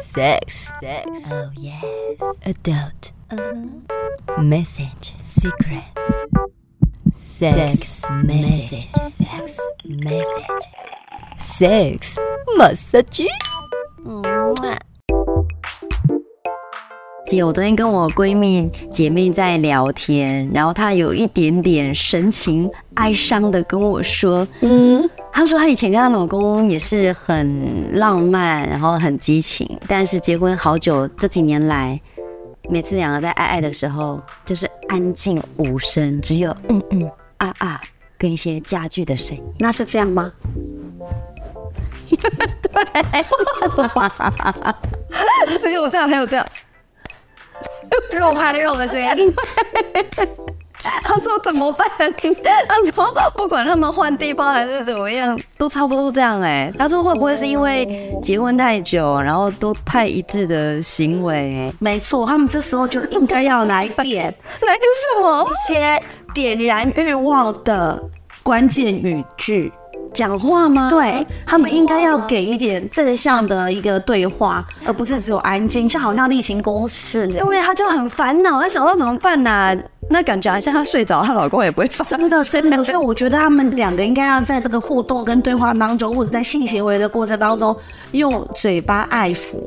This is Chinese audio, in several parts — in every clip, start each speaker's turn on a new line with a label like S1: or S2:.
S1: Sex, sex. Oh yes. Adult.
S2: Uh-huh.
S1: Message, secret. Sex, message, sex, message. Sex, massage.
S2: 姐，我昨天跟我闺蜜姐妹在聊天，然后她有一点点神情哀伤的跟我说，
S3: 嗯，
S2: 她说她以前跟她老公也是很浪漫，然后很激情，但是结婚好久这几年来，每次两个在爱爱的时候，就是安静无声，只有嗯嗯啊啊跟一些家具的声音。
S3: 那是这样 吗？ 对，只有这样，还有这样，肉拍肉的声音。他说怎么办？他说不管他们换地方还是怎么样，
S2: 都差不多这样哎、他说会不会是因为结婚太久，然后都太一致的行为？
S4: 没错，他们这时候就应该要来点
S3: 那有什么？
S4: 一些点燃欲望的关键语句。
S2: 讲话吗？
S4: 对他们应该要给一点正向的一个对话，而不是只有安静，就好像例行公事。
S2: 对，她就很烦恼，她想到怎么办呢、那感觉好像她睡着，她老公也不会发现。
S4: 真的，真的，所以我觉得他们两个应该要在这个互动跟对话当中，或者在性行为的过程当中，用嘴巴爱抚，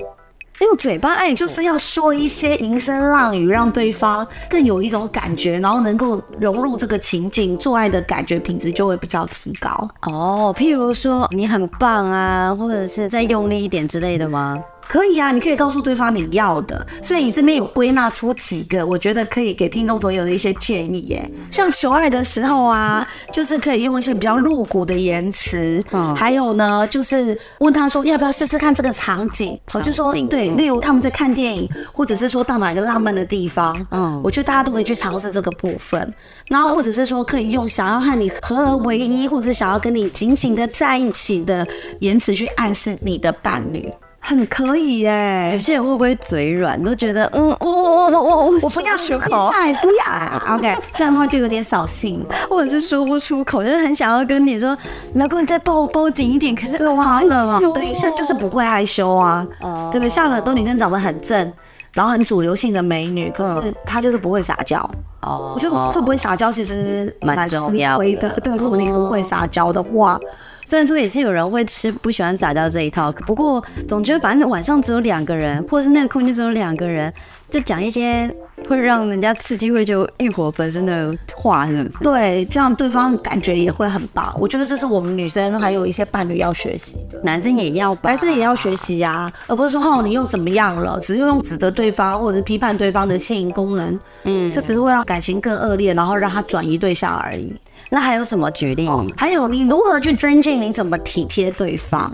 S2: 用嘴巴爱就
S4: 就是是要说一些淫声浪语，让对方更有一种感觉，然后能够融入这个情境，做爱的感觉品质就会比较提高。
S2: 哦，譬如说你很棒啊，或者是再用力一点之类的吗？
S4: 可以啊，你可以告诉对方你要的，所以你这边有归纳出几个，我觉得可以给听众朋友的一些建议耶。像求爱的时候啊，就是可以用一些比较露骨的言辞，
S2: 嗯
S4: 还有呢，就是问他说要不要试试看这个场景，我就说
S2: 场景
S4: 对，
S2: 嗯
S4: 例如他们在看电影，或者是说到哪一个浪漫的地方，
S2: 嗯
S4: 嗯，我觉得大家都可以去尝试这个部分，然后或者是说可以用想要和你合而为一，或者想要跟你紧紧的在一起的言辞去暗示你的伴侣。很可以耶、
S2: 有些人会不会嘴软，都觉得嗯，我我我我我我不要出口，
S4: 哎，不要啊，OK，这样的话就有点扫兴。
S2: 或者是说不出口，就是很想要跟你说，老公你再抱我抱紧一点，可是
S4: 对，好冷啊
S2: 害羞哦，
S4: 对，像就是不会害羞啊，
S2: 哦
S4: 对不对？像很多女生长得很正，然后很主流性的美女，可是她就是不会撒娇。
S2: 哦
S4: 我觉得会不会撒娇其实
S2: 蛮
S4: 蛮吃
S2: 重要哦
S4: 亏的，对，如果你不会撒娇的话，
S2: 虽然说也是有人会吃不喜欢撒娇这一套，不过总觉得反正晚上只有两个人，或者是那个空间只有两个人，就讲一些会让人家刺激、会就欲火焚身的话，是不是？
S4: 对，这样对方感觉也会很棒。我觉得这是我们女生还有一些伴侣要学习的。
S2: 男生也要吧？
S4: 来这里也要学习呀、而不是说哦你又怎么样了，只是用指责对方或者是批判对方的性功能，嗯，这只是会让感情更恶劣，然后让他转移对象而已。
S2: 那还有什么举例？
S4: 还有你如何去增进你怎么体贴对方？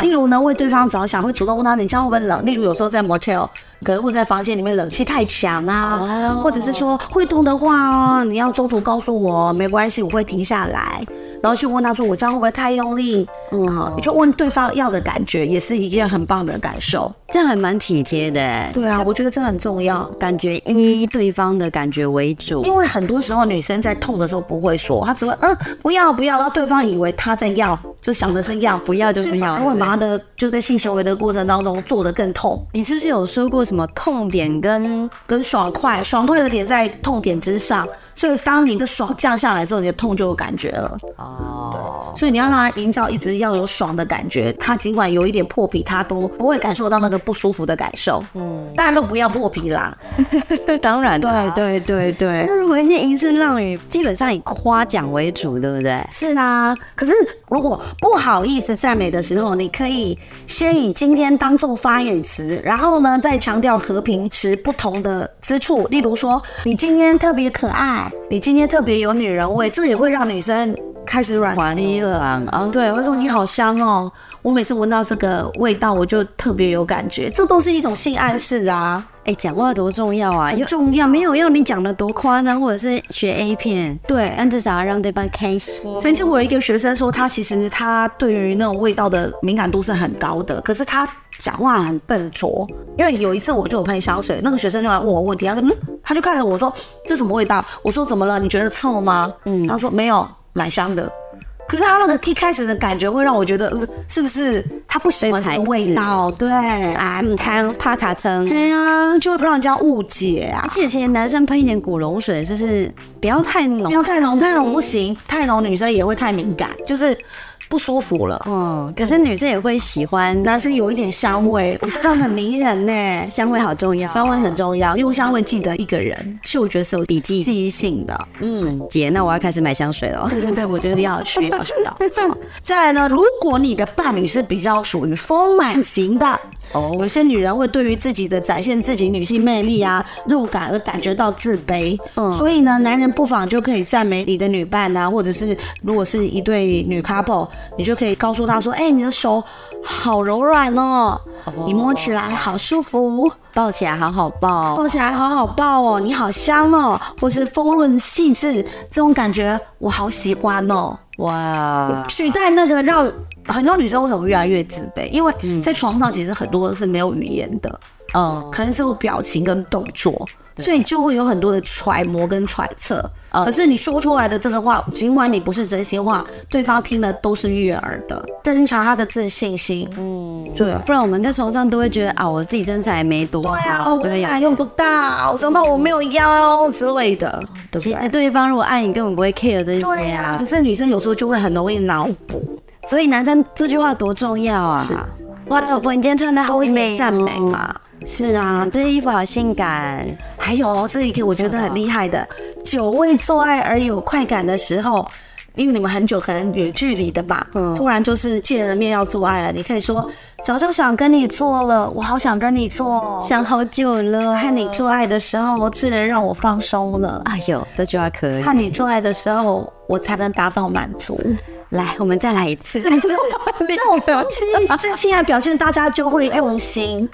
S4: 例如呢，为对方着想，会主动问他你这样会不会冷？例如有时候在 motel，可能会在房间里面冷气太强啊，或者是说会痛的话哦，你要中途告诉我，没关系，我会停下来，然后去问他说我这样会不会太用力？嗯，好，你就问对方要的感觉，也是一件很棒的感受。
S2: 这样还蛮体贴的欸，
S4: 对啊，我觉得这很重要。
S2: 感觉以对方的感觉为主。
S4: 因为很多时候女生在痛的时候不会说，她只会嗯不要不要，然后对方以为她在要，就想的是要不
S2: 不要就是要
S4: 会把她的就在性行为的过程当中做的更痛、
S2: 你是不是有说过什么痛点跟
S4: 更爽快，爽快的点在痛点之上，所以当你的爽降下来之后，你的痛就有感觉了。
S2: 哦？
S4: 所以你要让她营造一直要有爽的感觉，她尽管有一点破皮，她都不会感受到那个不舒服的感受。嗯，当然都不要破皮啦。
S2: 当然的啊，
S4: 对对 对
S2: 那如果一些淫声浪语，基本上以夸奖为主，对不对？
S4: 是啊，可是如果不好意思赞美的时候，你可以先以今天当做发语词，然后呢再强调和平时不同的之处，例如说你今天特别可爱，你今天特别有女人味，这也会让女生开始软肌了。
S2: 啊，哦
S4: 对，会说你好香哦，我每次闻到这个味道我就特别有感觉，这都是一种性暗示啊，
S2: 哎，讲话多重要啊！
S4: 很
S2: 有
S4: 重要。
S2: 没有要你讲的多夸张，或者是学 A 片，
S4: 对，
S2: 但至少要让对方开心。
S4: 曾经我有一个学生说，他其实他对于那种味道的敏感度是很高的，可是他讲话很笨拙。因为有一次我就有喷香水，那个学生就来问我问题，他说嗯，他就看着我说这什么味道？我说怎么了？你觉得臭吗？嗯，他说没有，蛮香的。可是他那个一开始的感觉会让我觉得，呃是不是他不喜欢这个味道？对，
S2: 啊，嗯，汤帕卡层。
S4: 对呀，就会让人家误解啊
S2: 而。且其实男生喷一点古龙水，就是不要太浓
S4: 不。要啊太浓，太浓不行，太浓女生也会太敏感，就是不舒服了。
S2: 嗯，可是女生也会喜欢，
S4: 男生有一点香味，我知道很迷人呢。
S2: 香味好重要。
S4: 香味很重要，用香味记得一个人，嗅觉是有
S2: 笔记
S4: 记忆性的。
S2: 嗯，姐，那我要开始买香水了。
S4: 对对对，我觉得要去要去到。好 再来呢，如果你的伴侣是比较属于丰满型的，
S2: 哦
S4: 有些女人会对于自己的展现自己女性魅力啊、肉感而感觉到自卑，
S2: 嗯
S4: 所以呢，男人不妨就可以赞美你的女伴啊，或者是如果是一对女 couple，你就可以告诉她说：“哎、你的手好柔软哦，你摸起来好舒服。”
S2: 抱起来好好抱。
S4: 抱起来好好抱哦，你好香哦，或是丰润细致，这种感觉我好喜欢哦。
S1: 嗯
S2: 哇，
S4: 取代那个让很多女生为什么越来越自卑？因为在床上其实很多是没有语言的，
S2: 嗯，
S4: 可能只有表情跟动作，所以就会有很多的揣摩跟揣测。
S2: 哦
S4: 可是你说出来的这个话，尽管你不是真心话，对方听了都是悦耳的，增强他的自信心。嗯，对。
S2: 不然我们在床上都会觉得啊，我自己身材没多好。
S4: 对啊，哦，我
S2: 对呀
S4: 奶用不大，我怎么我没有腰之类的，对不
S2: 其
S4: 对
S2: 实？哎对方如果爱你，根本不会 care 这
S4: 对
S2: 些
S4: 呀、
S2: 啊
S4: 可。是女生有时候就会很容易脑补，
S2: 所以男生这句话多重要啊！哇，老婆，你今天穿的好美哦，
S4: 赞美嘛。是啊
S2: 啊，，这件衣服好性感。
S4: 还有哦，这一个我觉得很厉害的，久未做爱而有快感的时候，因为你们很久可能远距离的吧，
S2: 嗯
S4: 突然就是见了面要做爱了，你可以说早就想跟你做了，我好想跟你做哦，
S2: 想好久了，
S4: 和你做爱的时候，最能让我放松了。
S2: 哎呦，这句话可以。
S4: 和你做爱的时候，我才能达到满足。
S2: 来，我们再来一次。
S4: 是这种表现，这性爱表现，大家就会用心，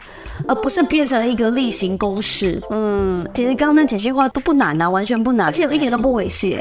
S4: 而不是变成一个例行公事，
S2: 嗯，其实刚刚那几句话都不难啊，完全不难
S4: 而，且一点都不猥亵。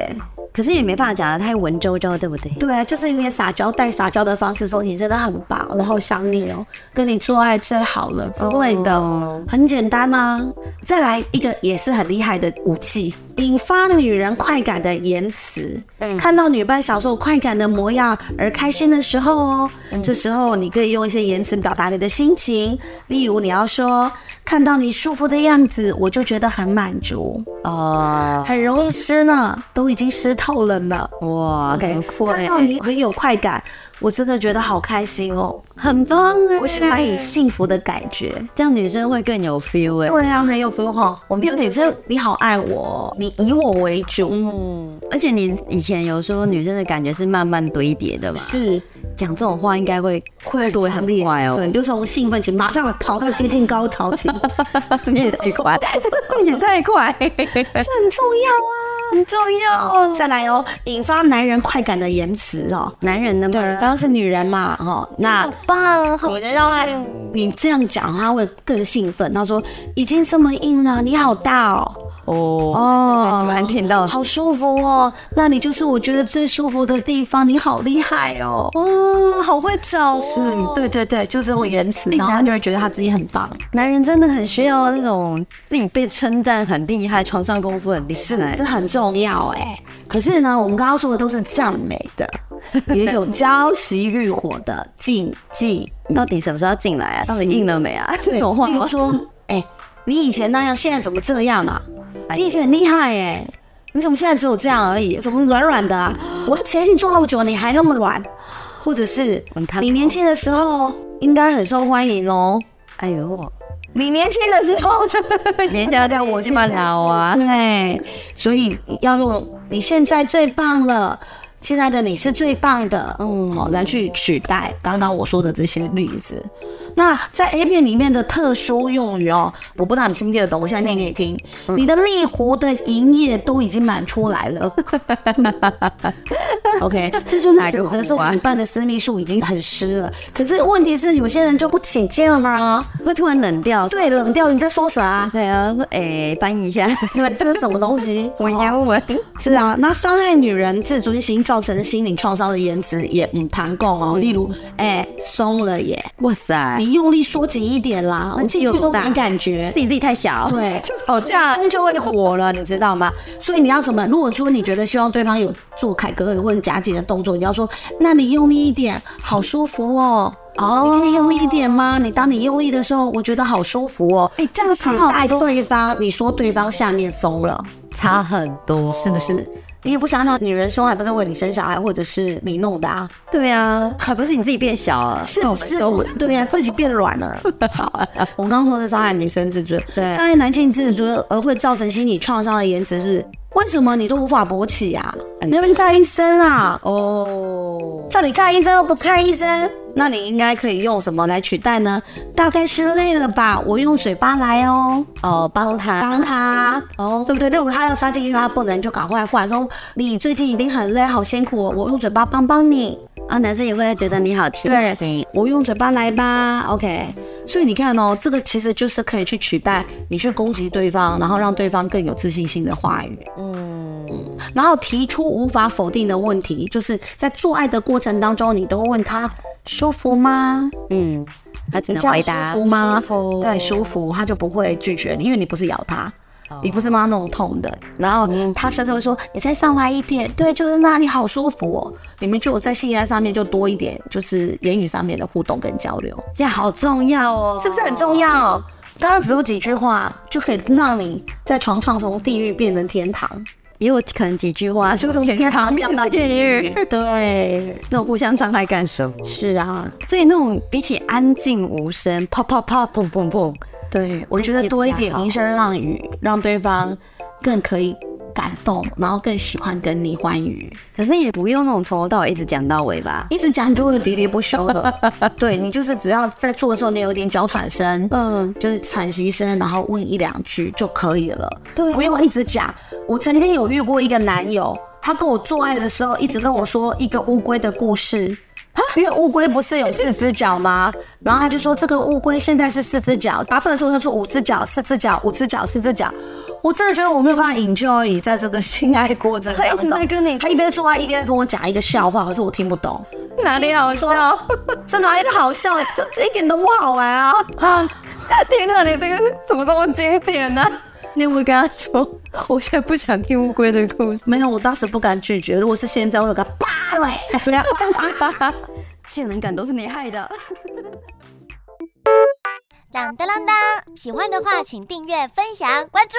S2: 可是也没办法讲的太文绉绉，对不对？
S4: 对啊，就是有点撒娇，带撒娇的方式说你真的很棒，然后想你哦，跟你做爱最好了之类的，很简单啊。再来一个也是很厉害的武器，引发女人快感的言辞。看到女伴享受快感的模样而开心的时候哦，这时候你可以用一些言辞表达你的心情，例如你要说看到你舒服的样子，我就觉得很满足，
S2: 哦，
S4: 很容易湿呢，都已经湿透了呢。
S2: 哇
S4: OK，
S2: 很酷
S4: 看
S2: 哎，
S4: 到你很有快感，我真的觉得好开心哦！
S2: 很棒哎，
S4: 我喜欢你幸福的感觉。
S2: 这样女生会更有 feel 哎。
S4: 对啊，很有福哈。我们有女生，你好爱我，哦你以我为主，
S2: 嗯，而且你以前有说女生的感觉是慢慢堆叠的嘛，
S4: 是
S2: 讲这种话应该会
S4: 会
S2: 对很快哦
S4: 对，就从兴奋期马上跑到接近高潮 期，
S2: 你也太快，你也太快，
S4: 这很重要啊。
S2: 很重要。
S4: 再来哦，引发男人快感的言辞哦。
S2: 男人的
S4: 对，
S2: 嘛，
S4: 刚刚是女人嘛，哦，那
S2: 棒，啊哦好
S4: 我的让他，你这样讲他会更兴奋。他说已经这么硬了，你好大哦。
S2: 哦，
S4: 哦，
S2: 喜欢听到
S4: 好舒服哦。那你就是我觉得最舒服的地方，你好厉害哦。
S2: 哇，好会找，
S4: 是，对对对，就这种言辞，然后他就会觉得他自己很棒。
S2: 男人真的很需要那种自己被称赞很厉害，床上功夫很厉害
S4: 这。很重要哎、可是呢，我们刚刚说的都是赞美的， 也有娇习欲火的禁忌。
S2: 到底什么时候进来啊？到底硬了没啊？这种话
S4: 比如说，哎、你以前那样，现在怎么这样啊？你以前很厉害哎、你怎么现在只有这样而已？怎么软软的、啊？我的前戏做那么久，你还那么软？或者是
S2: 嗯他
S4: 你年轻的时候应该很受欢迎哦。
S2: 哎呦，
S4: 你年轻的时候，
S2: 年下在我先把聊啊。
S4: 对，哎所以要用你现在最棒了，现在的你是最棒的，嗯，好来去取代刚刚我说的这些例子。那在 A 片里面的特殊用语哦，我不知道你听不听得懂，我现在念给你听。
S2: 嗯
S4: 你的蜜壶的银液都已经满出来 了，OK，这就是
S2: 哪
S4: 指
S2: 个壶啊
S4: 的是我办的私密处已经很湿了。可是问题是，有些人就不起劲了嘛，
S2: 会突然冷掉。
S4: 对，冷掉，你在说啥？
S2: 对啊，说哎，翻译一下，
S4: 对，这是什么东西？
S2: 文言文。
S4: 是啊，那伤害女人自尊心，造造成心理创伤的言辞也唔谈共哦。例如，哎、松了耶，
S2: 哇塞，
S4: 你用力缩紧一点啦，我
S2: 那
S4: 进
S2: 肌肉
S4: 去都
S2: 大
S4: 没感 觉。
S2: 是你自己太小，
S4: 对，吵架就会火了，你知道吗？所以你要怎么？如果说你觉得希望对方有做凯格尔或者夹紧的动作，你要说，那你用力一点，好舒服哦。哦，你可以用力一点吗？你当你用力的时候，我觉得好舒服哦。哎、这样期待对方，你说对方下面松了，
S2: 差很多，是不是？
S4: 你也不想想，你人生还不是为你生小孩，或者是你弄的啊？
S2: 对啊，还不是你自己变小了，
S4: 是不是？对呀、自己变软了。 好，啊我刚刚说是伤害女生自尊，
S2: 对
S4: 伤害男性自尊，而会造成心理创伤的言辞是：为什么你都无法勃起啊？你要不要去看医生啊？
S2: 哦，
S4: 叫你看医生又不看医生，那你应该可以用什么来取代呢？大概是累了吧，我用嘴巴来哦。
S2: 哦，帮他，
S4: 帮他哦，对不对？例如他要插进去，他不能就赶快换，说你最近一定很累，好辛苦哦、我用嘴巴帮帮你。
S2: 啊，男生也会觉得你好贴心
S4: 对，，我用嘴巴来吧，OK。所以你看哦，这个其实就是可以去取代你去攻击对方，然后让对方更有自信心的话语。嗯，然后提出无法否定的问题，就是在做爱的过程当中，你都问他舒服吗？
S2: 嗯，他只
S4: 你
S2: 能
S4: 这样
S2: 回答
S4: 舒服吗？
S2: 服
S4: 对，舒服，他就不会拒绝你，因为你不是咬他。你不是帮他弄痛的，然后他甚至会说：“你再上来一点，对，就是那里好舒服哦。”你们就有在性爱上面就多一点，就是言语上面的互动跟交流，
S2: 这样好重要哦，
S4: 是不是很重要？刚刚只有几句话就可以让你在床上从地狱变成天堂，
S2: 也有可能几句话
S4: 就从天堂变到地狱。对，
S2: 那种互相伤害干什么？
S4: 是啊，
S2: 所以那种比起安静无声，啪啪啪，砰砰砰，
S4: 对，我觉得多一点凝声浪语，让对方更可以感动，然后更喜欢跟你欢愉。
S2: 可是也不用那种从头到尾一直讲到尾吧？
S4: 一直讲你就会喋喋不休 了。对你就是只要在做的时候，你有一点娇喘声，
S2: 嗯，
S4: 就是喘息声，然后问一两句就可以了。
S2: 对啊
S4: 不用一直讲。我曾经有遇过一个男友，他跟我做爱的时候一直跟我说一个乌龟的故事。因为乌龟不是有四只脚吗？然后他就说这个乌龟现在是四只脚，拔出来之后他说五只脚、四只脚、五只脚、四只脚。我真的觉得我没有办法 enjoy 在这个性爱过程当中。
S2: 他一直在跟你
S4: 他一边做爱一边跟我讲一个笑话，可是我听不懂。
S3: 哪里好笑？
S4: 这哪里都好笑，这一点都不好玩啊！
S3: 啊！天哪，你这个怎么这么经典呢、你有没有跟他说，我现在不想听乌龟的故事？
S4: 没有，我当时不敢拒绝。如果是现在，我有个啪嘞，
S3: 哎不 要，
S2: 性能感都是你害的。
S5: 当当当当！喜欢的话，请订阅、分享、关注，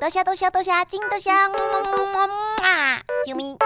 S5: 多虾多虾多虾，金多虾，么么么么么啊！啾咪。